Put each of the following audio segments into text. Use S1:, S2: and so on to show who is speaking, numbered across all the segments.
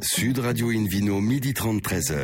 S1: Sud Radio Invino, midi 30, 13h.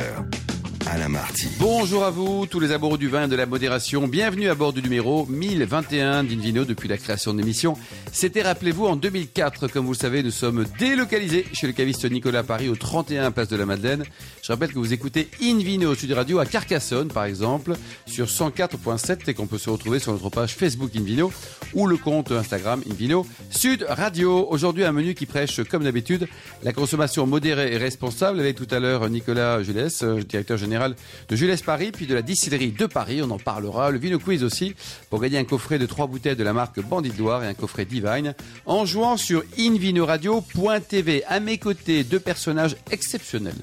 S1: Alain Marty.
S2: Bonjour à vous, tous les amoureux du vin et de la modération. Bienvenue à bord du numéro 1021 d'Invino depuis la création de l'émission. C'était, rappelez-vous, en 2004. Comme vous le savez, nous sommes délocalisés chez le caviste Nicolas Paris au 31 Place de la Madeleine. Je rappelle que vous écoutez Invino Sud Radio à Carcassonne, par exemple, sur 104.7 et qu'on peut se retrouver sur notre page Facebook Invino ou le compte Instagram Invino Sud Radio. Aujourd'hui, un menu qui prêche, comme d'habitude, la consommation modérée et responsable avec tout à l'heure Nicolas Julès, euh, directeur général de Jules Paris, puis de la distillerie de Paris. On en parlera. Le Vino Quiz aussi, pour gagner un coffret de trois bouteilles de la marque Bandit Loire et un coffret Divine, en jouant sur invinoradio.tv. À mes côtés, deux personnages exceptionnels.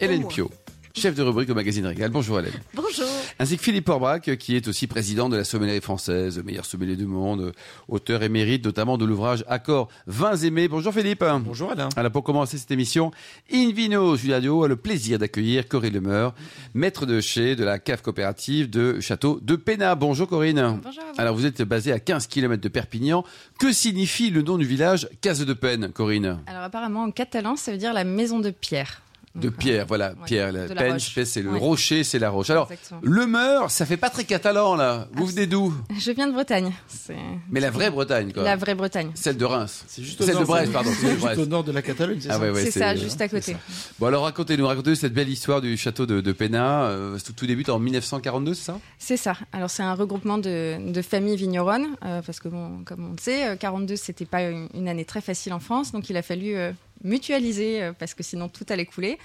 S2: Hélène Pio. Chef de rubrique au magazine Régal. Bonjour Hélène.
S3: Bonjour.
S2: Ainsi que Philippe Orbach, qui est aussi président de la sommellerie française, meilleur sommelier du monde, auteur émérite notamment de l'ouvrage Accord Vins aimés. Bonjour Philippe.
S4: Bonjour Alain.
S2: Alors pour commencer cette émission, Invino Sud Radio a le plaisir d'accueillir Corinne Lemeur, maître de chez de la cave coopérative de Château de Pénat. Bonjour Corinne.
S3: Bonjour à vous.
S2: Alors vous êtes basée à 15 km de Perpignan. Que signifie le nom du village Case de Peine, Corinne
S3: Alors apparemment en catalan, ça veut dire la maison de pierre.
S2: de
S3: Donc,
S2: pierre, voilà,
S3: Ah. ouais,
S2: pierre,
S3: de
S2: la
S3: la
S2: peine,
S3: roche.
S2: c'est le
S3: Ouais.
S2: rocher, c'est la roche. Alors,
S3: Exactement.
S2: le meur, ça fait pas très catalan là. Vous venez d'où
S3: euh, Je viens de Bretagne. C'est
S2: Mais la vraie Bretagne, quoi.
S3: la vraie Bretagne.
S2: Celle de Reims.
S4: C'est juste
S2: Celle de
S4: nord,
S2: Brest,
S4: c'est-
S2: pardon,
S4: c'est
S2: c'est de
S4: juste
S2: Brest.
S4: au nord de la Catalogne, c'est
S2: Ah
S4: ça
S2: ouais, ouais,
S3: c'est ça,
S2: euh,
S3: juste à côté.
S2: Bon, alors racontez-nous, racontez-nous cette belle histoire du château de, de Pénat. Euh, tout, tout débute en 1942, c'est ça
S3: C'est ça. Alors c'est un regroupement de, de familles vigneronnes, euh, parce que bon, comme on le sait, euh, 42 c'était pas une, une année très facile en France, donc il a fallu euh, mutualiser euh, parce que sinon tout allait couler.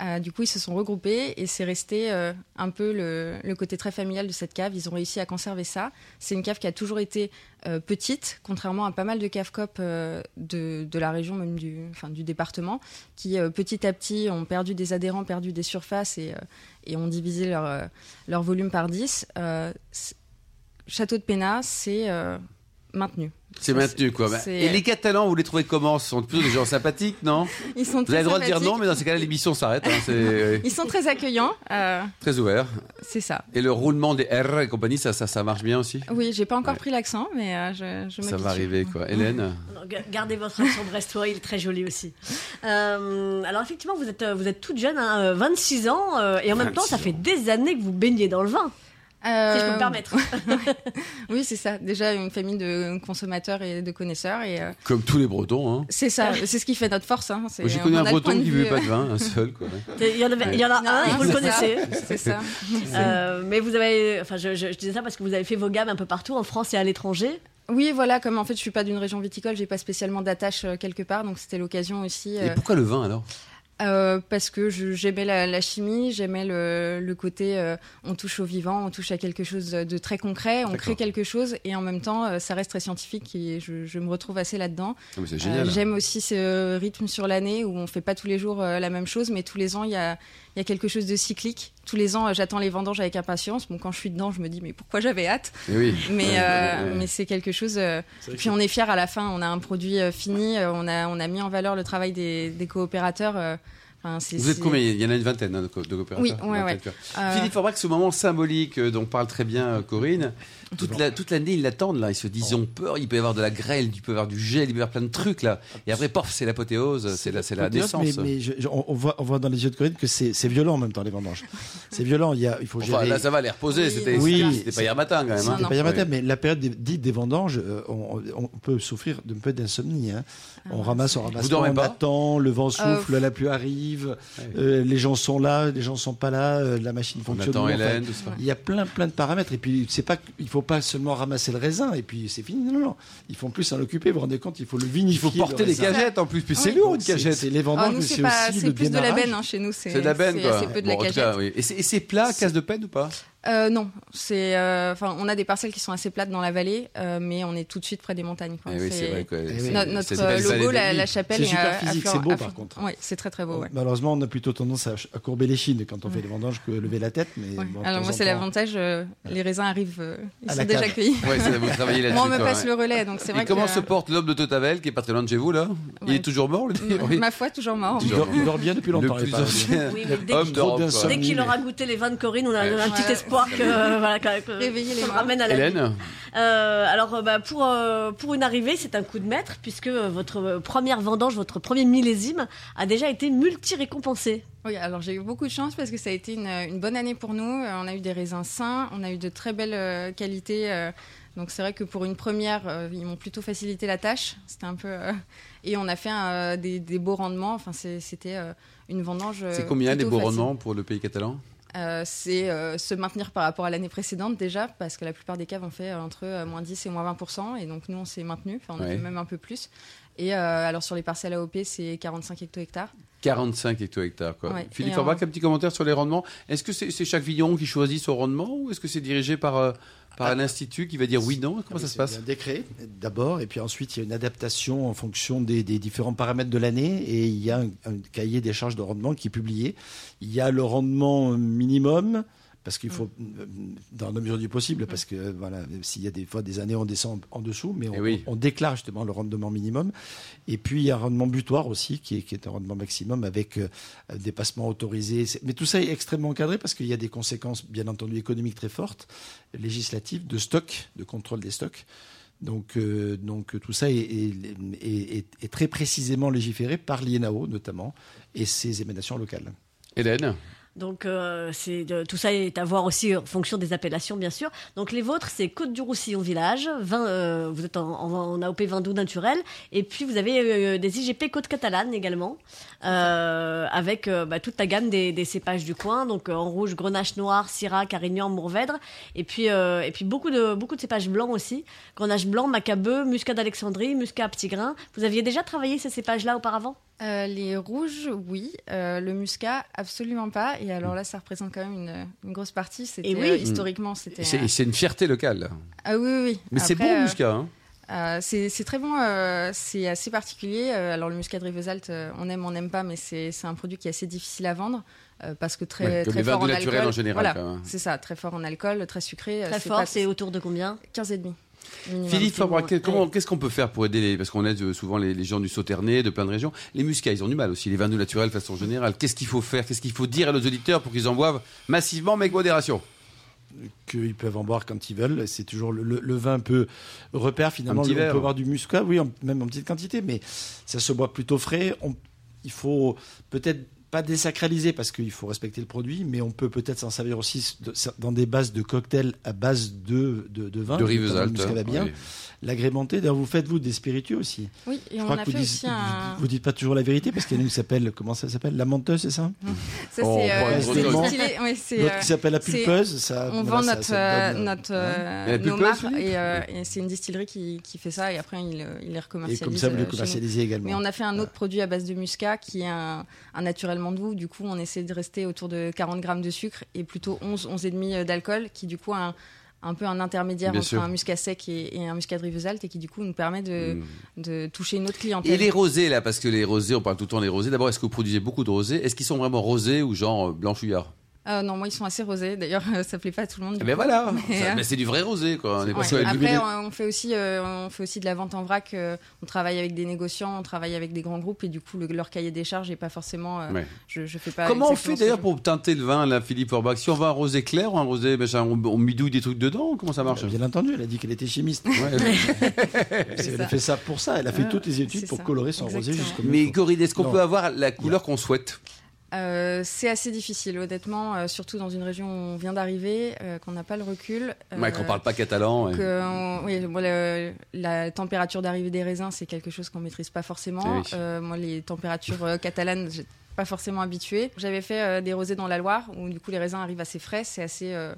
S3: Euh, du coup ils se sont regroupés et c'est resté euh, un peu le, le côté très familial de cette cave. Ils ont réussi à conserver ça. C'est une cave qui a toujours été euh, petite, contrairement à pas mal de caves cop euh, de, de la région, même du, enfin, du département, qui euh, petit à petit ont perdu des adhérents, perdu des surfaces et, euh, et ont divisé leur euh, leur volume par 10. euh, c- Château de Pénat, c'est euh, maintenu.
S2: C'est
S3: Ça,
S2: maintenu, quoi.
S3: c'est-
S2: Et les Catalans, vous les trouvez comment Ce sont plutôt des gens sympathiques, non
S3: Ils
S2: Vous
S3: sont
S2: avez
S3: très
S2: le droit de dire non,
S3: sympathiques.
S2: mais dans ces cas-là, l'émission s'arrête. hein. C'est euh,
S3: Ils sont très accueillants, euh,
S2: très ouvert.
S3: c'est ça.
S2: Et le roulement des R et compagnie, ça, ça, ça marche bien aussi
S3: Oui, j'ai pas encore
S2: Ouais.
S3: pris l'accent, mais euh, je, je
S2: Ça
S3: m'habitue.
S2: va arriver, quoi. Hélène
S5: Alors, ga- Gardez votre accent brestois, il est très joli aussi. Euh, alors effectivement, vous êtes, euh, vous êtes toute jeune, hein, euh, 26 ans, euh, et en même temps,
S2: 26
S5: ça fait
S2: ans.
S5: des années que vous baignez dans le vin,
S3: Euh,
S5: si je peux me permettre.
S3: Oui, c'est ça. Déjà une famille de consommateurs et de connaisseurs et euh,
S2: Comme tous les Bretons, hein.
S3: c'est ça. C'est ce qui fait notre force. hein. C'est-
S2: Moi, J'ai connu
S3: on
S2: un
S3: a le
S2: Breton
S3: point de
S2: qui ne
S3: vue,
S2: buvait pas
S3: euh,
S2: de vin, un seul, quoi.
S5: Il y en, avait- il y en a
S3: Non,
S5: un, et vous
S3: c'est
S5: le
S3: ça.
S5: connaissez.
S3: C'est ça.
S5: Euh, mais vous avez, enfin, je, je- je disais ça parce que vous avez fait vos gammes un peu partout, en France et à l'étranger.
S3: Oui, voilà. Comme en fait, je suis pas d'une région viticole, j'ai pas spécialement d'attache euh, quelque part, donc c'était l'occasion aussi.
S2: Et
S3: euh,
S2: pourquoi le vin, alors
S3: Euh, parce que je- j'aimais la, la chimie, j'aimais le, le côté euh, on touche au vivant, on touche à quelque chose de très concret, on
S2: D'accord.
S3: crée quelque chose et en même temps euh, ça reste très scientifique et je, je me retrouve assez là-dedans.
S2: Ah, mais C'est
S3: Euh,
S2: génial.
S3: J'aime aussi ce rythme sur l'année où on fait pas tous les jours euh, la même chose, mais tous les ans il y a, il y a quelque chose de cyclique. Tous les ans euh, j'attends les vendanges avec impatience. Bon, quand je suis dedans, je me dis mais pourquoi j'avais hâte
S2: Eh oui.
S3: Mais,
S2: Ouais,
S3: euh,
S2: ouais, ouais.
S3: mais c'est quelque chose. euh,
S4: C'est vrai que
S3: puis on est fier à la fin, on a un produit euh, fini, euh, on a, on a mis en valeur le travail des, des coopérateurs. euh, enfin, c'est-
S2: Vous êtes
S3: c'est-
S2: combien Il y en a une vingtaine hein, de co- de coopérateurs.
S3: Oui,
S2: Une
S3: ouais,
S2: vingtaine,
S3: ouais.
S2: quoi.
S3: Euh,
S2: Philippe Forbrac, ce moment symbolique euh, dont parle très bien euh, Corinne, toute la- toute l'année ils l'attendent là, ils se disent ils ont peur, il peut y avoir de la grêle, il peut y avoir du gel, il peut y avoir plein de trucs là. Et après, pof, c'est l'apothéose, c'est la, c'est la
S4: Peut-être,
S2: naissance.
S4: Mais, mais je- je- on, on voit, on voit dans les yeux de Corinne que c'est c'est violent en même temps, les vendanges. C'est violent, il, y a, il faut
S2: Enfin,
S4: gérer.
S2: là, ça va, l'air posé,
S3: Oui,
S2: c'était
S4: oui,
S2: c'était-
S4: oui.
S2: c'était pas hier matin quand même.
S3: C'est
S2: hein.
S4: C'était
S3: non.
S4: pas hier
S2: Ouais.
S4: matin, mais la période des- dite des vendanges, euh, on, on peut souffrir d'un peu d'insomnie. hein. On ramasse, on ramasse,
S2: Vous dormez
S4: on
S2: pas
S4: attend, le vent souffle,
S3: Euh,
S4: la pluie arrive,
S2: Ouais.
S4: euh, les gens sont là, les gens sont pas là, euh, la machine
S2: On
S4: fonctionne.
S2: attend
S4: moins, enfin,
S2: Hélène, tout ça.
S4: Il y a plein plein de paramètres et puis c'est pas il faut pas seulement ramasser le raisin et puis c'est fini non non ils font plus s'en occuper vous vous rendez compte il faut le
S2: Il
S4: vinifier
S2: faut porter
S4: le
S2: des
S4: raisin. Ah
S2: cagettes en plus, puis c'est
S3: Ah Oui.
S2: lourd une
S4: C'est-
S2: cagette.
S4: c'est les
S3: Ah,
S4: vendanges
S3: nous,
S4: mais
S3: c'est
S4: c'est
S3: pas-
S4: aussi
S3: c'est
S4: le
S3: plus de la
S4: démarrage.
S3: benne hein, chez nous.
S2: C'est de la benne
S3: c'est
S2: quoi.
S3: assez peu de la
S2: Bon, en tout
S3: cagette.
S2: cas, oui. Et c'est et c'est plat, casse de peine ou pas
S3: Euh, non, c'est euh, enfin on a des parcelles qui sont assez plates dans la vallée, euh, mais on est tout de suite près des montagnes. quoi.
S2: Eh oui, c'est vrai. quoi.
S4: oui.
S2: C'est-
S3: No-
S2: c'est-
S3: Ah notre
S2: c'est-
S3: euh,
S2: c'est-
S3: logo,
S2: c'est-
S3: la, la chapelle,
S4: C'est
S3: est,
S4: super
S3: euh, à
S4: physique,
S3: fleur-
S4: c'est beau,
S3: à
S4: par
S3: fleur-
S4: contre.
S3: Ouais, c'est très très beau. ouais.
S4: Malheureusement, on a plutôt tendance à, à courber les chines quand on fait les vendanges que lever la tête. Mais
S3: Ouais.
S4: bon, de
S3: Alors moi
S4: temps en
S3: c'est
S4: temps-
S3: l'avantage, euh, les raisins arrivent, euh, ils
S4: À
S3: sont
S4: la
S3: déjà
S4: cave.
S3: cueillis.
S2: Ouais, c'est- vous travaillez là-dessus.
S3: Moi on me
S2: quoi,
S3: passe
S2: ouais.
S3: le relais, donc c'est
S2: Et
S3: vrai
S2: comment
S3: que
S2: se porte l'homme de Totavel qui est pas très loin de chez vous là Il
S3: Ouais.
S2: est toujours mort le
S3: m- ma foi toujours mort.
S4: Il dort, il dort bien depuis
S2: Le
S4: longtemps. il
S2: plus
S4: paraît.
S2: ancien
S5: Oui, mais dès
S2: homme
S5: qu'il-
S2: Euh, d'Europe.
S4: Trop
S2: quoi.
S4: d'insomnie.
S5: Dès qu'il aura goûté les vins de Corinne, on a
S2: Ouais.
S5: un
S3: Ouais,
S5: petit
S3: ouais.
S5: espoir que euh, voilà, quand- que-
S3: Réveiller les
S5: qu'on le
S3: bras.
S5: ramène à la vie.
S2: Hélène
S5: Euh, alors, euh, bah, pour, euh, pour une arrivée, c'est un coup de maître, puisque euh, votre euh, première vendange, votre premier millésime, a déjà été multi-récompensé.
S3: Oui, alors j'ai eu beaucoup de chance parce que ça a été une, une bonne année pour nous. Euh, On a eu des raisins sains, on a eu de très belles euh, qualités. euh, donc c'est vrai que pour une première, euh, ils m'ont plutôt facilité la tâche. C'était un peu euh, et on a fait euh, des, des beaux rendements. Enfin c'est- c'était euh, une vendange. euh,
S2: C'est combien les
S3: plutôt
S2: beaux
S3: facile.
S2: rendements pour le pays catalan
S3: Euh, C'est euh, se maintenir par rapport à l'année précédente déjà parce que la plupart des caves ont fait euh, entre euh, moins 10 et moins 20 et donc nous on s'est maintenu. Enfin on a
S2: Ouais.
S3: fait même un peu plus. Et euh, alors sur les parcelles AOP c'est 45 hecto-hectares.
S2: 45 hecto-hectares. quoi.
S3: Ouais.
S2: Philippe
S3: Et en-
S2: Orbach, un petit commentaire sur les rendements. Est-ce que c'est c'est chaque vigneron qui choisit son rendement ou est-ce que c'est dirigé par, euh, par un institut qui va dire oui, non Comment
S4: Ah oui,
S2: ça se
S4: c'est-
S2: passe
S4: Il y a un décret d'abord, et puis ensuite il y a une adaptation en fonction des, des différents paramètres de l'année, et il y a un, un cahier des charges de rendement qui est publié. Il y a le rendement minimum. Parce qu'il faut, euh, dans la mesure du possible, parce que euh, voilà, s'il y a des fois des années, on descend en en dessous, mais on,
S2: Eh oui.
S4: on déclare justement le rendement minimum. Et puis il y a un rendement butoir aussi, qui est, qui est un rendement maximum avec euh, un dépassement autorisé. C'est- Mais tout ça est extrêmement encadré parce qu'il y a des conséquences, bien entendu, économiques très fortes législative de stock, de contrôle des stocks. Donc, euh, donc euh, tout ça est, est- est- est- est très précisément légiféré par l'INAO notamment et ses émanations locales.
S2: Hélène
S5: Donc, euh, c'est de- tout ça est à voir aussi en fonction des appellations, bien sûr. Donc, les vôtres, c'est Côte du Roussillon Village, vin, euh, vous êtes en, en- en AOP vin doux naturel, et puis vous avez euh, des IGP Côte Catalane également, euh, avec euh, bah, toute la gamme des, des cépages du coin, donc euh, en rouge, grenache noir, syrah, carignan, mourvèdre, et puis, euh, et puis beaucoup, de, beaucoup de cépages blancs aussi, grenache blanc, macabeu, muscat d'Alexandrie, muscat à petits grains. Vous aviez déjà travaillé ces cépages-là auparavant
S3: Euh, les rouges, oui. Euh, le muscat, absolument pas. Et alors là, ça représente quand même une, une grosse partie. C'était
S5: Et oui.
S3: euh, historiquement, c'était.
S2: Mm. C'est
S3: euh,
S2: c'est une fierté locale.
S3: Ah oui, oui, oui.
S2: Mais c'est
S3: Après,
S2: bon,
S3: euh,
S2: le muscat. hein.
S3: euh, c'est c'est très bon. euh, c'est assez particulier. Euh, alors le muscat de Rivesaltes, euh, on aime, on n'aime pas, mais c'est c'est un produit qui est assez difficile à vendre euh, parce que très
S2: Ouais, comme
S3: très
S2: les vins
S3: fort
S2: doux
S3: en
S2: naturels
S3: alcool.
S2: en général, hein.
S3: Voilà.
S2: quand même.
S3: C'est ça, très fort en alcool, très sucré. euh,
S5: Très
S3: pas-
S5: fort, c'est autour de combien
S3: 15 et demi. minimum.
S2: Philippe
S5: c'est bon,
S2: Fabre,
S5: ouais.
S2: comment- qu'est-ce qu'on peut faire pour aider les... Parce qu'on aide euh, souvent les, les gens du Sauternay, de plein de régions. Les muscats, ils ont du mal aussi. Les vins doux naturels, de façon générale. Qu'est-ce qu'il faut faire Qu'est-ce qu'il faut dire à nos auditeurs pour qu'ils en boivent massivement, mais avec modération
S4: Qu'ils peuvent en boire quand ils veulent. C'est toujours le, le- le vin un peu repère finalement.
S2: Un petit
S4: on
S2: verre.
S4: peut boire du muscat, oui, en- même en petite quantité, mais ça se boit plutôt frais. On- il faut peut-être pas désacraliser parce qu'il faut respecter le produit, mais on peut peut-être s'en servir aussi de- dans des bases de cocktails à base de, de, de vin.
S2: De
S4: notamment Ah, le
S2: Rivesaltes. hein.
S4: muscat va bien.
S2: ouais.
S4: l'agrémenter. D'ailleurs, vous faites, vous, des spiritueux aussi.
S3: Oui, et
S4: Je
S3: on
S4: crois
S3: a
S4: que
S3: fait
S4: vous
S3: aussi
S4: dites,
S3: un.
S4: vous- vous dites pas toujours la vérité, parce qu'il y en a une qui s'appelle, comment ça s'appelle La menteuse, c'est ça
S3: Ça,
S2: Oh,
S3: c'est
S2: on prend
S3: euh,
S4: une
S3: c'est
S4: grosse-
S3: distillé. Oui, c'est,
S4: L'autre
S3: euh,
S4: qui s'appelle la
S3: c'est-
S4: pulpeuse, ça.
S3: On
S4: Ah, voilà,
S3: vend
S4: ça-
S3: notre,
S4: ça
S3: euh,
S4: donne,
S3: notre
S4: hein.
S3: euh,
S2: Et la
S3: nos
S2: pulpeuse,
S3: marques
S2: Philippe
S3: et, euh, et c'est une distillerie qui, qui fait ça et après il, euh, il les
S4: Et
S3: recommercialise.
S4: comme ça, vous le
S3: euh, chez nous.
S4: commercialisez également.
S3: Mais on a fait un autre produit à base de muscat qui est un, un naturellement doux. Du coup, on essaie de rester autour de 40 grammes de sucre et plutôt 11, 11,5 d'alcool qui du coup a un, un peu un intermédiaire
S2: Bien
S3: entre
S2: sûr.
S3: un muscat sec et, et un muscat de Rivesaltes et qui du coup nous permet de,
S5: Euh,
S2: Mm.
S3: de toucher une autre clientèle.
S2: Et les rosés, là, parce que les rosés, on parle tout le temps des rosés. D'abord, est-ce que vous produisez beaucoup de rosés Est-ce qu'ils sont vraiment rosés ou genre euh, blanchouillards
S3: Euh, non, moi ils sont assez rosés. D'ailleurs, euh, ça plaît pas à tout le monde.
S2: Eh
S3: du
S2: ben voilà
S3: Mais,
S2: Ça-
S3: euh,
S2: mais C'est du vrai rosé, quoi. On est
S3: Ouais.
S5: Ah,
S2: pas sur les
S3: Après, on on fait aussi, euh, on fait aussi de la vente en vrac. euh, on travaille avec des négociants, on travaille avec des grands groupes, et du coup, le- leur cahier des charges n'est pas forcément. euh,
S2: Ouais.
S3: je, je fais
S5: bah,
S3: pas.
S2: Comment on fait
S3: exactement ce
S2: d'ailleurs
S3: que
S2: pour teinter le vin, là, Philippe Orbach Si on veut un rosé clair ou un rosé, machin, on, on midouille des trucs dedans Comment ça marche
S4: Bien entendu, elle a dit qu'elle était chimiste.
S2: Ouais.
S4: Parce qu'elle
S3: ça.
S4: a fait ça pour ça. Elle a fait toutes les études
S3: c'est
S4: pour
S3: ça.
S4: colorer son rosé
S3: Exactement.
S4: jusqu'au
S2: Mais
S4: bout.
S2: Corinne, est-ce qu'on
S4: Non.
S2: peut avoir la couleur qu'on souhaite
S3: je- Euh, C'est assez difficile, honnêtement, euh, surtout dans une région où on vient d'arriver, euh, qu'on n'a pas le recul. euh,
S2: Ouais, qu'on parle pas catalan. ouais.
S3: que on- oui, moi, le- la température d'arrivée des raisins, c'est quelque chose qu'on maîtrise pas forcément.
S2: Eh oui.
S3: Euh, moi, les températures euh, catalanes, j'ai pas forcément habituée. J'avais fait euh, des rosés dans la Loire, où du coup les raisins arrivent assez frais, c'est assez euh,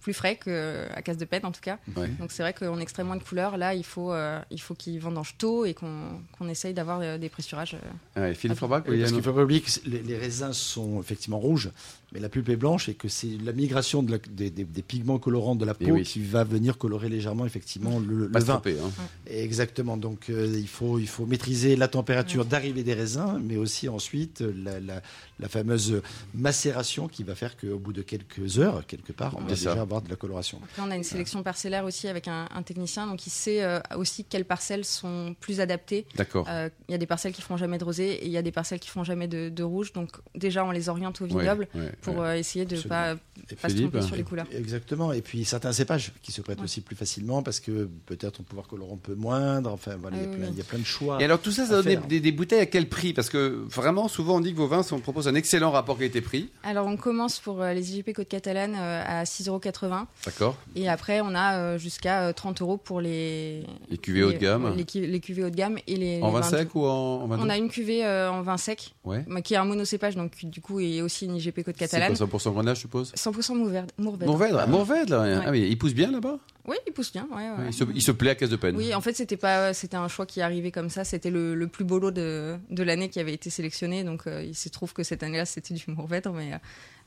S3: plus frais qu'à casse de pète en tout cas.
S2: Ouais.
S3: Donc c'est vrai qu'on extrait moins de couleurs. Là, il faut, euh, il faut qu'ils vendangent tôt et qu'on qu'on essaye d'avoir euh, des pressurages. euh.
S2: Ouais, Philippe Orbach,
S4: Oui,
S2: oui,
S4: parce
S2: Yann
S4: qu'il faut pas oublier que les, les raisins sont effectivement rouges, mais la pulpe est blanche et que c'est la migration de la- des, des- des pigments colorants de la
S2: Eh
S4: peau
S2: oui.
S4: qui va venir colorer légèrement effectivement le, le
S2: Pas se
S4: vin.
S2: tromper, hein.
S4: Exactement. Donc euh, il, faut, il faut maîtriser la température d'arrivée des raisins, mais aussi ensuite euh, la, la- la fameuse macération qui va faire qu'au bout de quelques heures, quelque part, on va
S2: C'est ça.
S4: déjà avoir de la coloration.
S3: Après, on a une sélection parcellaire aussi avec un, un technicien, donc il sait euh, aussi quelles parcelles sont plus adaptées.
S2: D'accord.
S3: Euh, Il y a des parcelles qui feront jamais de rosé et il y a des parcelles qui feront jamais de, de rouge. Donc déjà, on les oriente au vignoble
S2: Ouais, ouais,
S3: pour
S2: ouais.
S3: euh, essayer de
S4: Absolument.
S3: pas pas se
S2: Philippe. euh,
S3: tromper sur les couleurs.
S4: Exactement. Et puis certains cépages qui se prêtent
S3: Ouais.
S4: aussi plus facilement parce que peut-être on peut voir colorant un peu moindre. Enfin, voilà, il y a
S3: Ah oui,
S4: plein-
S3: oui.
S4: il y a plein de choix.
S2: Et alors tout ça, ça
S4: à
S2: donne des,
S4: faire.
S2: des- des bouteilles à quel prix Parce que vraiment, souvent on dit que vos vins, sont- on propose un excellent rapport qualité-prix.
S3: Alors, on commence pour euh, les IGP Côte Catalane euh, à 6,80 euros.
S2: D'accord.
S3: Et après, on a euh, jusqu'à euh, 30 euros pour les.
S2: Les cuvées haut de gamme.
S3: Les, cu- les cuvées haut de gamme et les.
S2: En
S3: les
S2: vin
S3: vins
S2: sec ou en, en vin
S3: On
S2: doux
S3: a une cuvée euh, en vin sec,
S2: Ouais.
S3: mais qui est un monocépage, donc qui, du coup est aussi une IGP Côte
S2: C'est quoi
S3: Catalane.
S2: 100% Grenache, je suppose
S3: 100% Mourvèdre. Mourvèdre.
S2: Mourvèdre, ah, Mourvèdre, là.
S3: Ouais.
S2: Ah oui, il pousse bien là-bas
S3: Oui, il pousse bien. ouais, ouais.
S2: il, se, il se plaît à caisse de peine.
S3: Oui, en fait, c'était pas, c'était un choix qui arrivait comme ça. C'était le, le plus beau lot de, de l'année qui avait été sélectionné. Donc, euh, il se trouve que cette année-là, c'était du Mourvèdre, mais. euh,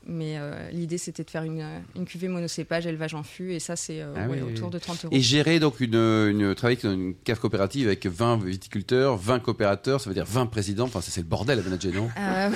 S3: mais euh, l'idée, c'était de faire une, euh, une cuvée monocépage, élevage en fût, et ça, c'est euh,
S2: Ah
S3: ouais,
S2: oui, oui,
S3: autour
S2: oui.
S3: de 30 euros.
S2: Et gérer donc une, une travailler dans une cave coopérative avec 20 viticulteurs, 20 coopérateurs, ça veut dire 20 présidents. Enfin, ça, c'est le bordel à manager, non
S3: Euh,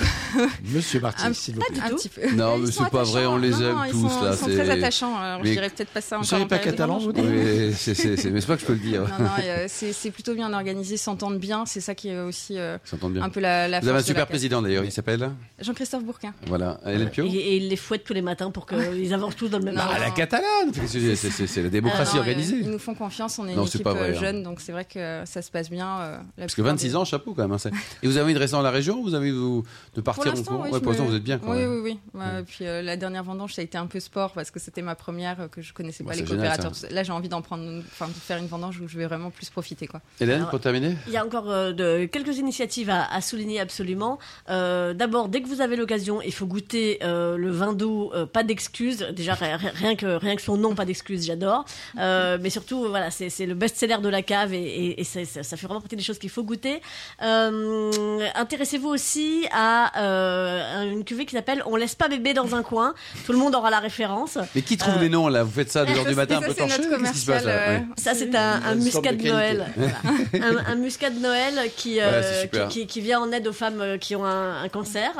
S4: Monsieur
S3: Ah,
S4: Marty, s'il vous plaît.
S5: du
S3: un
S5: tout.
S3: petit peu.
S2: Non,
S3: Ils
S2: mais
S3: sont
S2: c'est pas vrai,
S3: attachants.
S2: on les
S3: Non,
S2: aime
S3: non, ils
S2: tous,
S3: sont-
S2: là,
S3: Ils sont
S2: c'est-
S3: très attachants. hein. Alors,
S2: Mais-
S3: je dirais peut-être pas ça
S4: Vous
S3: encore.
S4: savez
S3: en
S4: pas
S3: période de
S4: catalan,
S3: revanche.
S4: vous, déjà
S2: Oui, c'est c'est- mais c'est pas que je peux le dire.
S3: Non, non, et, euh, c'est c'est plutôt bien organisé, s'entendent bien. C'est ça qui est aussi euh,
S2: Ils s'entendent bien.
S3: un peu la, la
S2: Vous avez un
S3: force de la
S2: super
S3: cave.
S2: président d'ailleurs, il s'appelle
S3: Jean-Christophe Bourquin.
S2: Voilà, Hélène Pio.
S5: Et, et il les fouette tous les matins pour qu'ils avancent tous dans le même
S3: Non.
S5: ordre.
S2: Ah, la catalane parce que C'est c'est- c'est- c'est la démocratie
S3: Ah non,
S2: organisée.
S3: euh, Ils nous font confiance, on est
S2: Non,
S3: une
S2: c'est
S3: équipe
S2: pas vrai,
S3: euh,
S2: hein.
S3: jeune, donc c'est vrai que ça se passe bien. euh, la
S2: Parce que
S3: plupart
S2: 26
S3: des-
S2: ans, chapeau quand même. hein, c'est- Et vous avez envie de rester dans la région ou Vous avez envie de vous- de
S3: Pour
S2: partir en
S3: l'instant,
S2: courant
S3: oui,
S2: Ouais,
S3: je
S2: Pour l'instant,
S3: me-
S2: vous êtes bien quand
S3: Oui,
S2: même.
S3: oui, oui. Ouais, et puis euh, la dernière vendange, ça a été un peu sport parce que c'était ma première, euh, que je connaissais
S2: Bah,
S3: pas
S2: c'est
S3: les
S2: génial,
S3: coopérateurs. Là, j'ai envie d'en prendre, une- enfin, de faire une vendange où je vais vraiment plus profiter, quoi.
S2: Hélène,
S5: Alors-
S2: pour terminer
S5: Il y a encore euh, de- quelques initiatives à, à souligner absolument. Euh, D'abord, dès que vous avez l'occasion, il faut goûter euh, le vin d'eau, euh, pas d'excuses. Déjà, ri- ri- rien que, rien que son nom, pas d'excuses, j'adore. Euh, mais surtout, voilà, c'est c'est le best-seller de la cave et, et- et ça, ça- ça fait vraiment partie des choses qu'il faut goûter. Euh, Intéressez-vous aussi à euh, une cuvée qui s'appelle On laisse pas bébé dans un coin. Tout le monde aura la référence.
S2: Mais qui trouve
S5: Euh,
S2: les noms là Vous faites ça à 2h du Ah, matin, un peu
S3: c'est
S2: torché
S3: notre
S2: Qu'est-ce qui se passe
S3: commercial.
S2: là Ouais.
S3: euh,
S5: Ça, c'est un, un
S4: Une sorte
S5: muscat
S4: de
S5: de
S4: qualité.
S5: Noël. Voilà. un, un muscat de Noël qui, euh,
S2: Ouais, c'est super.
S5: qui, qui- qui vient en aide aux femmes euh, qui ont un, un cancer.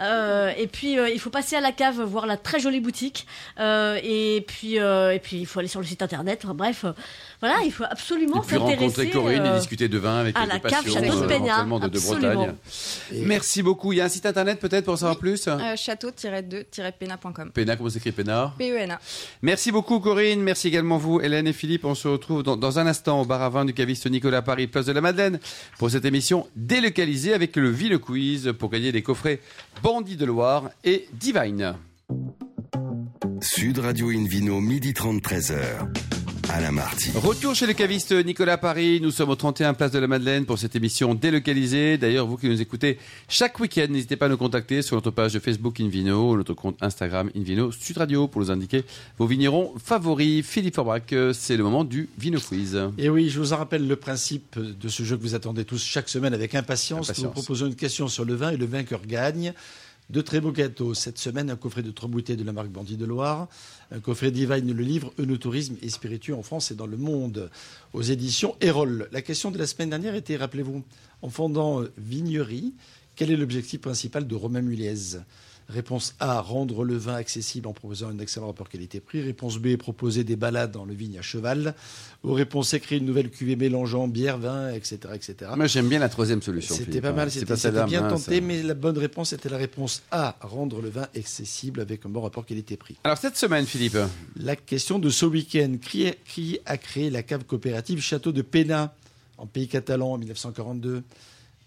S5: Euh, et puis, euh, il faut passer à la cave, voir la très jolie boutique. Euh, et, puis, euh, et puis, il faut aller sur le site internet. Enfin, bref, euh, voilà, il faut
S2: Et
S5: absolument
S2: puis rencontrer
S5: s'intéresser.
S2: Corinne et
S5: euh,
S2: discuter de vin avec
S5: à
S2: les
S5: la
S2: deux
S5: cave
S2: passions,
S5: Château
S3: de
S2: euh,
S5: Pénard,
S2: éventuellement de, de
S5: absolument.
S2: Bretagne.
S4: Et-
S2: Merci beaucoup. Il y a un site internet peut-être pour en savoir plus
S3: euh, Château-2-pena.com.
S2: Pénard, comment s'écrit Pénard
S3: P-E-N-A.
S2: Merci beaucoup Corinne, merci également vous Hélène et Philippe. On se retrouve dans, dans un instant au bar à vin du caviste Nicolas Paris, place de la Madeleine, pour cette émission délocalisée avec le Ville Quiz pour gagner des coffrets Bandit de Loire et Divine.
S1: Sud Radio Invino, midi 30, 13h. Alain Marty.
S2: Retour chez le caviste Nicolas Paris. Nous sommes au 31 Place de la Madeleine pour cette émission délocalisée. D'ailleurs, vous qui nous écoutez chaque week-end, n'hésitez pas à nous contacter sur notre page de Facebook Invino, notre compte Instagram Invino Sud Radio pour nous indiquer vos vignerons favoris. Philippe Forbrac, c'est le moment du Vino Quiz.
S4: Et oui, je vous en rappelle le principe de ce jeu que vous attendez tous chaque semaine avec impatience.
S2: Impatience.
S4: Nous vous proposons une question sur le vin et le vainqueur gagne. De très beaux gâteaux. Cette semaine, un coffret de trois bouteilles de la marque Bandit de Loire, un coffret Divine, le livre Œnotourisme et spiritueux en France et dans le monde, aux éditions Erol. La question de la semaine dernière était, rappelez-vous, en fondant euh, Vignerie, quel est l'objectif principal de Romain Muliez Réponse A, rendre le vin accessible en proposant un excellent rapport qualité-prix. Réponse B, proposer des balades dans le vigne à cheval. Ou réponse C, créer une nouvelle cuvée mélangeant bière, vin, etc. etc.
S2: Moi, j'aime bien la troisième solution.
S4: Ah. C'était
S2: Philippe,
S4: pas
S2: hein.
S4: mal,
S2: C'est
S4: c'était
S2: celle-là,
S4: c'était bien
S2: mince.
S4: tenté, mais la bonne réponse était la réponse A, rendre le vin accessible avec un bon rapport qualité-prix.
S2: Alors, cette semaine, Philippe,
S4: La question de ce week-end, qui, a- qui a créé la cave coopérative Château de Pénat en pays catalan en 1942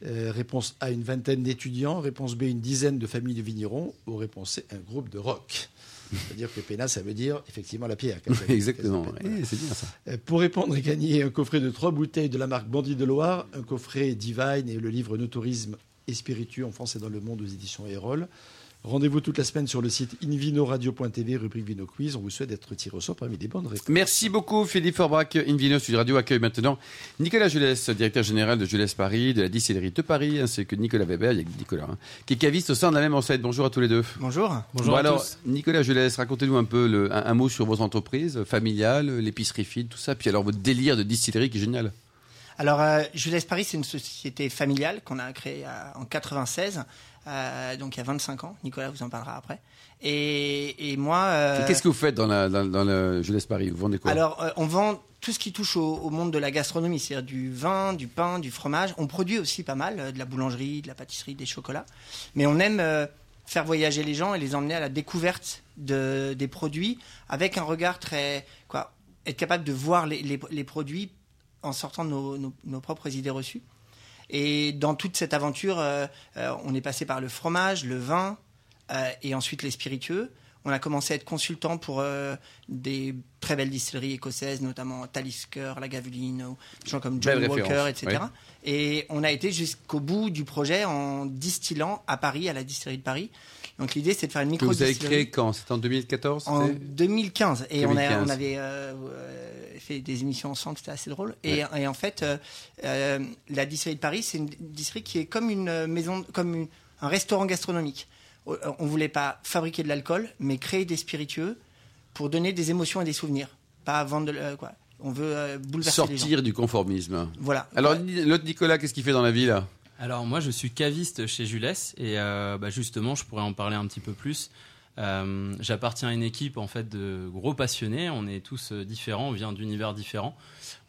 S4: Euh, Réponse A, une vingtaine d'étudiants. Réponse B, une dizaine de familles de vignerons. Ou réponse C, un groupe de rock. C'est-à-dire que Pénat, ça veut dire effectivement la pierre. quand même.
S2: exactement.
S4: Voilà.
S2: Eh, c'est bien ça.
S4: Euh, Pour répondre et gagner un coffret de trois bouteilles de la marque Bandit de Loire, un coffret Divine et le livre Notourisme et Spiritueux en France et dans le monde aux éditions Erol. Rendez-vous toute la semaine sur le site invinoradio.tv, rubrique Vino Quiz. On vous souhaite d'être tiré au sort parmi les bonnes réponses.
S2: Merci beaucoup Philippe Forbrac. Invino Sud Radio accueille maintenant Nicolas Jules, directeur général de Jules Paris, de la distillerie de Paris, ainsi que Nicolas Weber, il y a Nicolas, hein, qui est caviste au sein de la même enseigne. Bonjour à tous les deux.
S6: Bonjour.
S2: Bon, alors, Nicolas Jules, racontez-nous un peu le- un, un mot sur vos entreprises euh, familiales, euh, l'épicerie fine, tout ça, puis alors votre délire de distillerie qui est génial.
S6: Alors, euh, Jules Paris, c'est une société familiale qu'on a créée euh, en 96, euh, donc il y a 25 ans. Nicolas vous en parlera après. Et, et moi. euh,
S2: Et Qu'est-ce que vous faites dans, la, dans, dans le Jules Paris Vous vendez quoi
S6: Alors, euh, on vend tout ce qui touche au, au monde de la gastronomie, c'est-à-dire du vin, du pain, du fromage. On produit aussi pas mal euh, de la boulangerie, de la pâtisserie, des chocolats. Mais on aime euh, faire voyager les gens et les emmener à la découverte de, des produits avec un regard très. Quoi, être capable de voir les, les- les produits en sortant de nos, nos- nos propres idées reçues. Et dans toute cette aventure, euh, euh, on est passé par le fromage, le vin euh, et ensuite les spiritueux. On a commencé à être consultant pour euh, des très belles distilleries écossaises, notamment Talisker, La Gavuline, ou des gens comme John
S2: Belle
S6: Walker,
S2: référence,
S6: etc. Et on a été jusqu'au bout du projet en distillant à Paris, à la distillerie de Paris. Donc l'idée, c'est de faire une
S2: Que
S6: micro
S2: vous avez créé quand C'était en 2014
S6: en
S2: c'était
S6: 2015. Et on, a-
S2: 2015.
S6: on avait euh, euh, fait des émissions ensemble, c'était assez drôle. Et, et en fait, euh, euh, la distillerie de Paris, c'est une distillerie qui est comme une euh, maison, comme une- un restaurant gastronomique. O- euh, On voulait pas fabriquer de l'alcool, mais créer des spiritueux pour donner des émotions et des souvenirs. Pas vendre de, euh, quoi. On veut euh, bouleverser les gens.
S2: Sortir du conformisme.
S6: Voilà.
S2: Alors, l'autre Nicolas, qu'est-ce qu'il fait dans la vie là
S7: Alors moi je suis caviste chez Jules et euh, bah, justement je pourrais en parler un petit peu plus. Euh, J'appartiens à une équipe en fait de gros passionnés. On est tous euh, différents, on vient d'univers différents.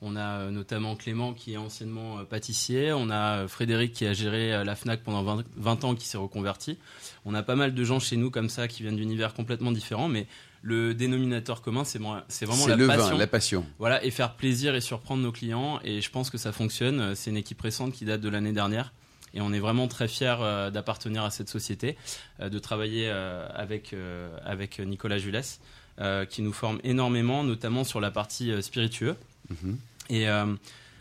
S7: On a euh, notamment Clément qui est anciennement euh, pâtissier. On a euh, Frédéric qui a géré euh, la Fnac pendant 20, 20 ans qui s'est reconverti. On a pas mal de gens chez nous comme ça qui viennent d'univers complètement différents, mais le dénominateur commun c'est moi- c'est vraiment
S2: C'est
S7: la
S2: le
S7: passion.
S2: vin, la passion.
S7: Voilà, et faire plaisir et surprendre nos clients. Et je pense que ça fonctionne. Euh, C'est une équipe récente qui date de l'année dernière. Et on est vraiment très fiers euh, d'appartenir à cette société, euh, de travailler euh, avec, euh, avec Nicolas Julès, euh, qui nous forme énormément, notamment sur la partie euh, spiritueux.
S2: Mhm.
S7: Et euh,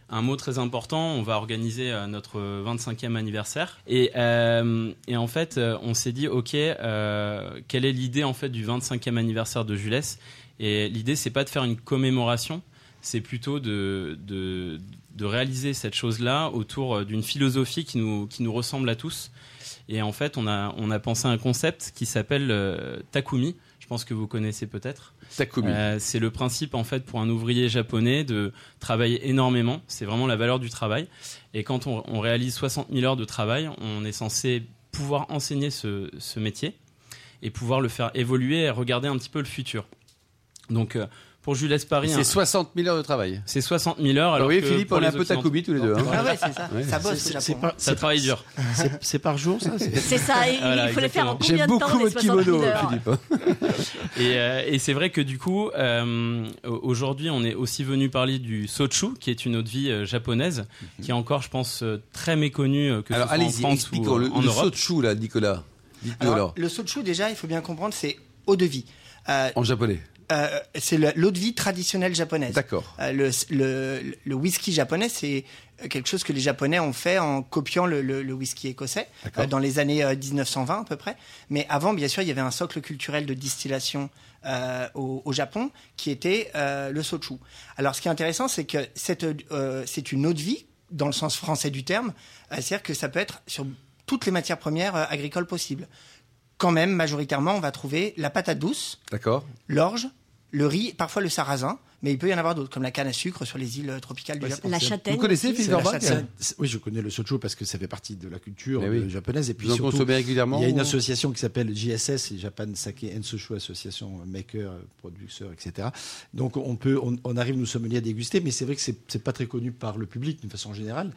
S7: un mot très important, on va organiser euh, notre 25e anniversaire. Et, euh, et en fait, euh, on s'est dit, OK, euh, quelle est l'idée en fait du 25e anniversaire de Julès Et l'idée, c'est pas de faire une commémoration, c'est plutôt de, de, de réaliser cette chose-là autour euh, d'une philosophie qui nous, qui nous ressemble à tous. Et en fait, on a, on a pensé à un concept qui s'appelle euh, Takumi. Je pense que vous connaissez peut-être.
S2: Takumi.
S7: Euh, c'est le principe en fait pour un ouvrier japonais de travailler énormément. C'est vraiment la valeur du travail. Et quand on, on réalise 60 000 heures de travail, on est censé pouvoir enseigner ce, ce métier et pouvoir le faire évoluer et regarder un petit peu le futur. Donc euh, pour Jules Paris,
S2: c'est 60 000 heures de travail.
S7: c'est 60 000 heures. Alors
S2: Alors, oui,
S7: que
S2: Philippe,
S7: pour
S2: on est
S7: les
S2: un peu
S7: Occidentaux,
S2: Takumi tous les deux. hein.
S6: Ah ouais, c'est ça.
S2: Ouais.
S6: Ça bosse au
S4: C'est-
S6: Japon. hein.
S4: C'est par,
S7: Ça
S4: c'est-
S7: travaille dur.
S4: c'est- c'est par jour, ça c'est-
S5: C'est ça, et
S7: Voilà,
S5: il faut les faire en
S2: J'aime
S5: combien de temps
S2: beaucoup
S5: les
S2: votre
S5: 60
S2: kimono,
S5: 000 heures
S2: Philippe.
S7: Et, euh, et c'est vrai que du coup, euh, au- aujourd'hui, on est aussi venu parler du sochu, qui est une autre vie euh, japonaise, qui est encore, je pense, euh, très méconnue, euh, que
S2: Mhm. Alors,
S7: ce
S2: allez-y,
S7: soit en France ou
S2: expliquons.
S7: euh,
S2: Le,
S7: en
S2: le
S7: Europe.
S2: saut de chou, là, Nicolas. Dites-nous
S6: Alors,
S2: alors.
S6: le sochu, déjà, il faut bien comprendre, c'est eau de vie. Euh,
S2: En japonais.
S6: euh, c'est la- l'eau de vie traditionnelle japonaise.
S2: D'accord.
S6: Euh, le, le, le whisky japonais, c'est euh, quelque chose que les Japonais ont fait en copiant le, le- le whisky écossais
S2: D'accord.
S6: euh, dans les années euh, 1920 à peu près. Mais avant, bien sûr, il y avait un socle culturel de distillation euh, au, au Japon qui était euh, le sochu. Alors, ce qui est intéressant, c'est que cette, euh, c'est une eau de vie dans le sens français du terme, euh, c'est-à-dire que ça peut être sur toutes les matières premières euh, agricoles possibles. Quand même, majoritairement, on va trouver la patate douce,
S2: D'accord.
S6: l'orge, le riz, parfois le sarrasin, mais il peut y en avoir d'autres, comme la canne à sucre sur les îles euh, tropicales du
S4: Ouais,
S6: Japon.
S5: La
S4: Vous
S5: châtaigne.
S2: connaissez,
S5: aussi.
S2: Philippe
S6: la
S2: Orbach hein
S6: chatte-
S4: C'est- c'est- Oui, je connais le sochu parce que ça fait partie de la culture
S2: Mais oui.
S4: euh, japonaise. Et puis
S2: Vous en
S4: surtout,
S2: consommez régulièrement
S4: il y a une
S2: ou-
S4: association qui s'appelle JSS, les Japan Sake and Sochu Association, euh, maker, euh, producteur, etc. Donc on peut, on, on arrive nous sommeliers à déguster, mais c'est vrai que c'est c'est pas très connu par le public d'une façon générale.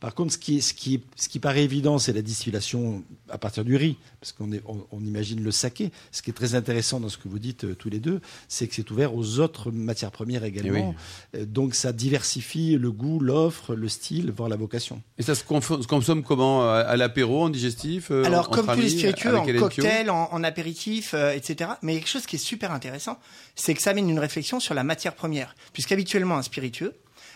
S4: Par contre, ce qui, est- ce qui, est- ce qui paraît évident, c'est la distillation à partir du riz, parce qu'on est- on, on imagine le saké. Ce qui est très intéressant dans ce que vous dites euh, tous les deux, c'est que c'est ouvert aux autres matières premières également. Euh, Donc ça diversifie le goût, l'offre, le style, voire la vocation.
S2: Et ça se, confo- se consomme comment À- À l'apéro, en digestif euh,
S6: Alors,
S2: entre
S6: comme tous les
S2: amis,
S6: spiritueux,
S2: avec
S6: en
S2: Hélène Pio
S6: cocktail, en, en apéritif, euh, etc. Mais quelque chose qui est super intéressant, c'est que ça amène une réflexion sur la matière première. Puisqu'habituellement, un spiritueux,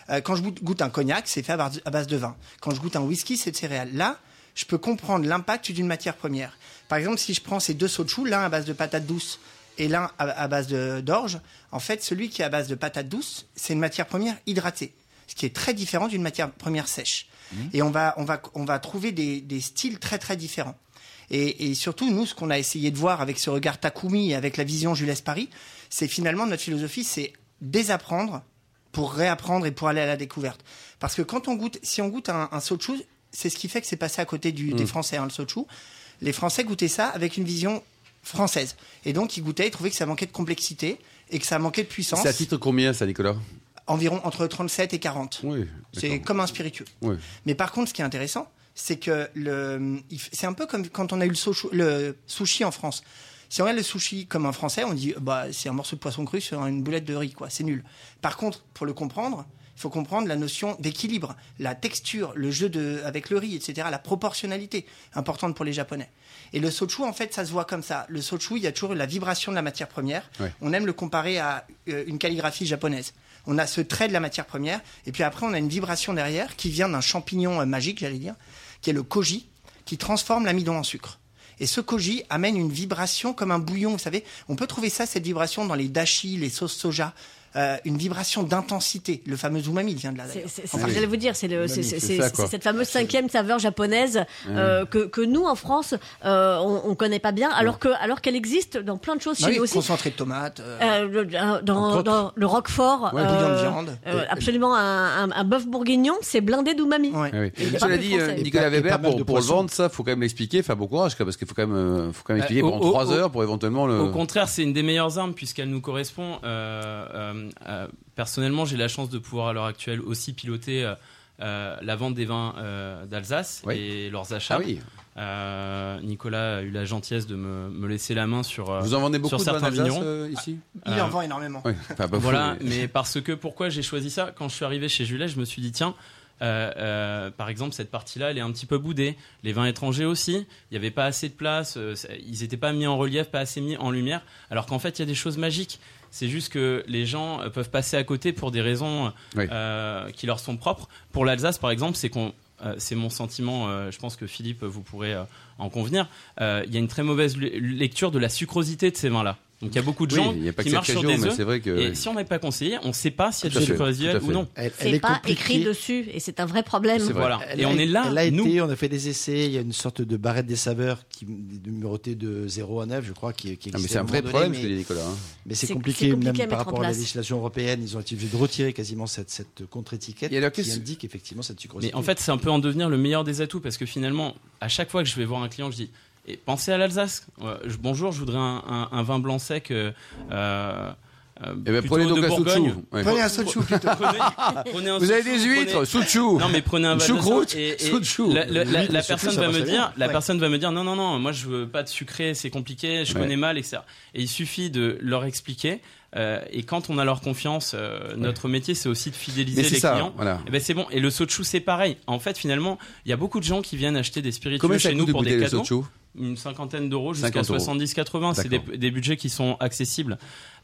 S6: euh, quand je goûte- goûte un cognac, c'est fait à base- à base de vin. Quand je goûte un whisky, c'est de céréales. Là, je peux comprendre l'impact d'une matière première. Par exemple, si je prends ces deux sochus, l'un à base de patates douces et l'un à, à base de- d'orge, en fait, celui qui est à base de patates douces, c'est une matière première hydratée, ce qui est très différent d'une matière première sèche. Et on va, on va, on va trouver des, des styles très très différents. Et, et surtout, nous, ce qu'on a essayé de voir avec ce regard Takumi et avec la vision Jules Paris, c'est finalement notre philosophie, c'est désapprendre pour réapprendre et pour aller à la découverte. Parce que quand on goûte, si on goûte un, un sochu, c'est ce qui fait que c'est passé à côté du, des Français, hein, le sochu. Les Français goûtaient ça avec une vision française. Et donc, ils goûtaient, ils trouvaient que ça manquait de complexité et que ça manquait de puissance.
S2: C'est à titre combien, ça, Nicolas
S6: Environ entre 37 et 40.
S2: Oui.
S6: c'est
S2: d'accord.
S6: comme un spiritueux.
S2: Oui. Eh
S6: Mais par contre, ce qui est intéressant, c'est que le, il f- c'est un peu comme quand on a eu le, sochou- le sushi en France. Si on regarde le sushi comme un français, on dit bah c'est un morceau de poisson cru sur une boulette de riz, quoi. C'est nul. Par contre, pour le comprendre, il faut comprendre la notion d'équilibre, la texture, le jeu de, avec le riz, etc., la proportionnalité, importante pour les Japonais. Et le sochu, en fait, ça se voit comme ça. Le sochu, il y a toujours la vibration de la matière première.
S2: Ouais.
S6: On aime le comparer à euh, une calligraphie japonaise. On a ce trait de la matière première, et puis après, on a une vibration derrière qui vient d'un champignon euh, magique, j'allais dire, qui est le koji, qui transforme l'amidon en sucre. Et ce koji amène une vibration comme un bouillon, vous savez. On peut trouver ça, cette vibration, dans les dashi, les sauces soja. Euh, une vibration d'intensité. Le fameux umami vient de là.
S5: C'est-
S6: d'ailleurs.
S5: c'est-
S6: Enfin,
S5: c'est- J'allais vous dire, c'est le- c'est- c'est-
S2: c'est ça,
S5: c'est-
S2: quoi.
S5: c'est cette fameuse cinquième saveur japonaise euh, que, que nous en France euh, on, on connaît pas bien, alors que alors qu'elle existe dans plein de choses
S6: bah
S5: chez
S6: oui,
S5: nous aussi.
S6: concentré de tomates. euh,
S5: Euh, le- dans,
S4: Entre
S5: dans,
S4: autres.
S5: le Roquefort,
S6: Ouais, bouillon de viande.
S5: euh, absolument un, un, un bœuf bourguignon, c'est blindé d'umami.
S6: ouais.
S2: Ah oui.
S5: Et il est pas
S2: Cela
S5: plus
S2: dit, euh,
S5: français.
S4: Et
S2: Nicolas
S4: pas- et
S2: Weber,
S4: pas mal
S2: pour,
S4: de
S2: pour le
S4: poissons.
S2: vendre, ça, faut quand même l'expliquer. Enfin, bon courage, quoi, parce qu'il faut quand même, euh, faut quand même
S7: Bah,
S2: expliquer
S7: au-
S2: pendant
S7: au-
S2: trois
S7: au-
S2: heures pour éventuellement le.
S7: Au contraire, c'est une des meilleures armes puisqu'elle nous correspond. Euh, euh, euh, personnellement, j'ai la chance de pouvoir à l'heure actuelle aussi piloter euh, euh, la vente des vins euh, d'Alsace
S2: Oui.
S7: et leurs achats.
S2: Ah oui.
S7: Euh, Nicolas a eu la gentillesse de me, me laisser la main sur. euh,
S2: Vous en vendez beaucoup de
S7: certains
S2: vins d'Alsace,
S7: vignerons.
S2: euh, ici.
S6: Il
S7: euh,
S6: en vend énormément.
S2: Oui. Enfin, pas
S7: voilà,
S2: fou,
S7: mais parce que pourquoi j'ai choisi ça Quand je suis arrivé chez Julet, je me suis dit tiens, euh, euh, par exemple cette partie-là, elle est un petit peu boudée. Les vins étrangers aussi, il n'y avait pas assez de place, euh, ça- ils n'étaient pas mis en relief, pas assez mis en lumière. Alors qu'en fait, il y a des choses magiques. C'est juste que les gens euh, peuvent passer à côté pour des raisons
S2: Oui.
S7: euh, qui leur sont propres. Pour l'Alsace, par exemple, c'est qu'on euh, c'est mon sentiment, euh, je pense que Philippe, vous pourrez euh, en convenir. Euh, Il y a une très mauvaise le- lecture de la sucrosité de ces vins-là. Donc il y a beaucoup de
S2: Oui,
S7: gens
S2: il y a pas
S7: qui
S2: que cette
S7: marchent sur
S2: région,
S7: des
S2: mais
S7: œufs.
S2: c'est vrai que.
S7: Et si on n'est pas conseillé, on ne sait pas s'il y
S2: Tout à
S7: a du
S2: fait,
S7: sucre résiduel
S2: tout à
S7: ou
S2: fait.
S7: non.
S4: Elle, elle
S5: C'est
S4: est
S5: pas
S4: compliquée.
S5: écrit dessus et c'est un vrai problème.
S2: C'est vrai.
S7: Voilà.
S4: Elle
S7: Ah, Et
S4: a-
S7: on est là,
S4: Elle a
S7: nous.
S4: été, on a fait des essais. Il y a une sorte de barrette des saveurs qui numérotée de 0 à 9, je crois, qui, qui
S2: Ah, mais
S4: existe
S2: c'est
S4: à
S2: un
S4: moment
S2: vrai
S4: donné,
S2: problème,
S4: mais-
S2: ce que dit Nicolas. hein.
S4: Mais c'est
S5: C'est-
S4: compliqué,
S5: c'est compliqué à
S4: même par
S5: mettre en
S4: rapport à la
S5: place.
S4: législation européenne. Ils ont été obligés de retirer quasiment cette, cette contre-étiquette
S2: Et alors,
S4: qui
S2: qu'est-ce-
S4: indique effectivement cette sucrosité.
S7: Mais en fait, c'est un peu en devenir le meilleur des atouts parce que finalement, à chaque fois que je vais voir un client, je dis et pensez à l'Alsace. Ouais, je- bonjour, je voudrais un, un- un vin blanc sec. euh, euh, euh,
S2: Eh ben,
S7: plutôt
S2: prenez donc
S7: de
S2: un
S7: Bourgogne.
S2: souchou. Ouais.
S6: Prenez un sochu plutôt.
S7: Prenez- prenez un
S2: Vous avez
S7: souchou,
S2: des
S7: prenez-
S2: huîtres, sous chou.
S7: Non mais prenez un
S2: Une
S7: vin d'Alsace
S2: choucroute,
S7: et- et
S2: sous de chou.
S7: La, la- la-
S4: Huître,
S7: la
S4: sous de
S7: personne
S4: chou, ça
S7: va
S4: marche
S7: me
S4: bien.
S7: dire, la
S6: Ouais.
S7: personne va me dire non non non, moi je veux pas de sucré, c'est compliqué, je
S2: Ouais.
S7: connais mal etc. Et il suffit de leur expliquer. euh, et quand on a leur confiance, euh, notre métier c'est aussi de fidéliser
S2: Mais c'est
S7: les
S2: ça,
S7: clients.
S2: voilà.
S7: Eh ben c'est bon. Et le sochu, c'est pareil. En fait, finalement, il y a beaucoup de gens qui viennent acheter des spiritueux
S2: Combien ça
S7: chez
S2: coûte
S7: nous
S2: de
S7: pour
S2: goûter
S7: des
S2: le
S7: cadeaux.
S2: sochou
S7: Une cinquantaine d'euros jusqu'à
S2: 50 euros.
S7: 70-80. C'est des,
S2: D'accord.
S7: des budgets qui sont accessibles.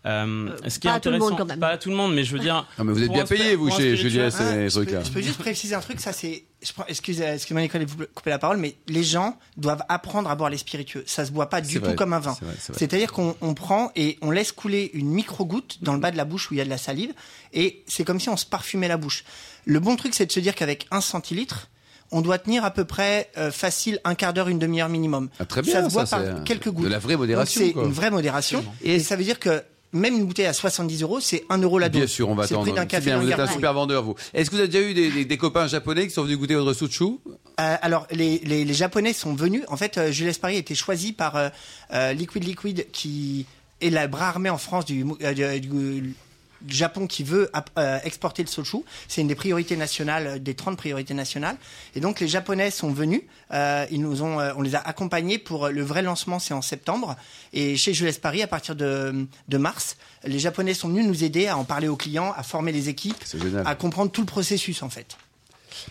S7: Euh,
S5: Euh,
S7: ce qui
S5: pas
S7: est
S5: à tout le monde,
S7: intéressant,
S5: quand même.
S7: pas à tout le monde, mais je veux dire,
S2: Non, mais vous êtes
S7: Pour
S2: bien
S7: un
S2: payé,
S7: spé-
S2: vous,
S7: pour un
S2: chez chez Julia,
S7: spiritueux.
S2: ces
S6: Ah, je,
S2: trucs-là.
S6: peux, je peux juste préciser un truc, ça c'est. je prends- Excusez, excusez-moi Nicolas de vous couper la parole, mais les gens doivent apprendre à boire les spiritueux. Ça se boit pas
S2: C'est
S6: du
S2: vrai,
S6: tout comme un vin.
S2: c'est vrai, c'est vrai.
S6: C'est-à-dire qu'on on prend et on laisse couler une micro-goutte dans le bas de la bouche où il y a de la salive, et c'est comme si on se parfumait la bouche. Le bon truc, c'est de se dire qu'avec un centilitre, on doit tenir à peu près euh, facile un quart d'heure, une demi-heure minimum.
S2: Ah, très bien,
S6: ça se boit
S2: ça, c'est
S6: par quelques
S2: de
S6: gouttes.
S2: la vraie
S6: Donc,
S2: modération,
S6: C'est
S2: quoi.
S6: une vraie modération, et ça veut dire que même une bouteille à 70 euros, c'est 1 euro la dose.
S2: Bien sûr, on va
S6: C'est le
S2: attendre.
S6: prix d'un
S2: C'est
S6: café
S2: bien,
S6: dans
S2: vous
S6: le
S2: êtes un
S6: carton.
S2: super vendeur, vous. Est-ce que vous avez déjà eu des, des- des copains japonais qui sont venus goûter votre souchou
S6: Euh, alors, les, les, les Japonais sont venus. En fait, euh, Jules Espari a été choisi par euh, euh, Liquid Liquid, qui est la bras armée en France du, mou- euh, du- du- du Japon qui veut ap- euh, exporter le sochu. C'est une des priorités nationales, euh, des 30 priorités nationales. Et donc, les Japonais sont venus. Euh, ils nous ont, euh, on les a accompagnés pour euh, le vrai lancement, c'est en septembre. Et chez Jules Espari, à partir de, de mars, les Japonais sont venus nous aider à en parler aux clients, à former les équipes,
S2: C'est génial.
S6: à comprendre tout le processus, en fait.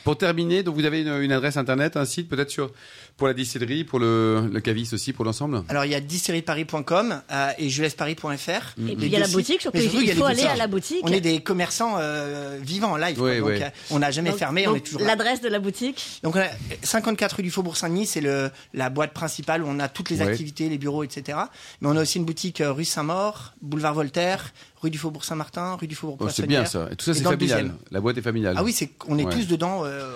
S2: Pour terminer, donc vous avez une, une adresse internet, un site peut-être sur pour la distillerie, pour le, le caviste aussi, pour l'ensemble.
S6: Alors il y a distilleryparis.com euh, et julesparis.fr.
S5: Et puis il y a la boutique, surtout
S6: Mais surtout, il y
S5: il
S6: a
S5: faut
S6: les
S5: aller
S6: boutiques.
S5: à la boutique.
S6: On est des commerçants euh, vivants en live. quoi.
S2: Oui,
S6: donc
S2: oui.
S6: euh, on n'a jamais
S5: Donc-
S6: fermé, on
S5: donc,
S6: est toujours là.
S5: L'adresse de la boutique,
S6: Donc on a 54 rue du Faubourg Saint-Denis, c'est le la boîte principale où on a toutes les
S2: Ouais.
S6: activités, les bureaux, etc. Mais on a aussi une boutique euh, rue Saint-Maur, boulevard Voltaire, rue du Faubourg Saint-Martin, rue du Faubourg
S2: Oh, c'est
S6: Poissonnière.
S2: bien ça. Et tout ça,
S6: Et
S2: c'est
S6: dans le
S2: familial.
S6: deuxième.
S2: La boîte est familiale.
S6: Ah oui, c'est on est
S2: Ouais.
S6: tous dedans. euh,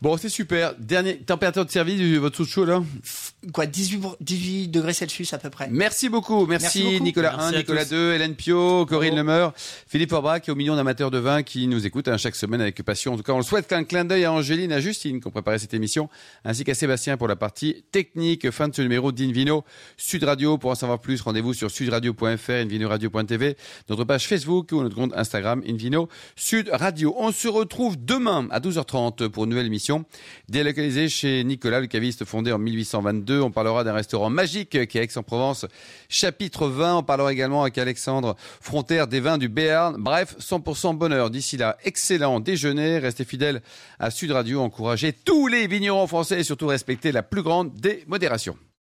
S2: Bon, c'est super. Dernier température de service de votre souchou là.
S6: f- quoi, 18, br- 18 degrés Celsius à peu près.
S2: Merci beaucoup. Merci,
S6: Merci beaucoup.
S2: Nicolas
S7: Merci
S2: 1,
S7: à
S2: Nicolas
S7: tous.
S2: 2, Hélène Pio, Corinne
S6: Bravo.
S2: Lemeur, Philippe Orbach et aux millions d'amateurs de vin qui nous écoutent hein, chaque semaine avec passion. En tout cas, on le souhaite qu'un clin d'œil à Angéline, à Justine qui ont préparé cette émission, ainsi qu'à Sébastien pour la partie technique. Fin de ce numéro d'Invino Sud Radio. Pour en savoir plus, rendez-vous sur sudradio.fr, invinoradio.tv, notre page Facebook ou notre compte Instagram Invino Sud Radio. On se retrouve demain à 12h30 pour une nouvelle émission délocalisée chez Nicolas, le caviste fondé en 1822. On parlera d'un restaurant magique qui est à Aix-en-Provence, chapitre 20. On parlera également avec Alexandre Frontière des vins du Béarn. Bref, 100% bonheur. D'ici là, excellent déjeuner. Restez fidèles à Sud Radio. Encouragez tous les vignerons français et surtout respectez la plus grande des modérations.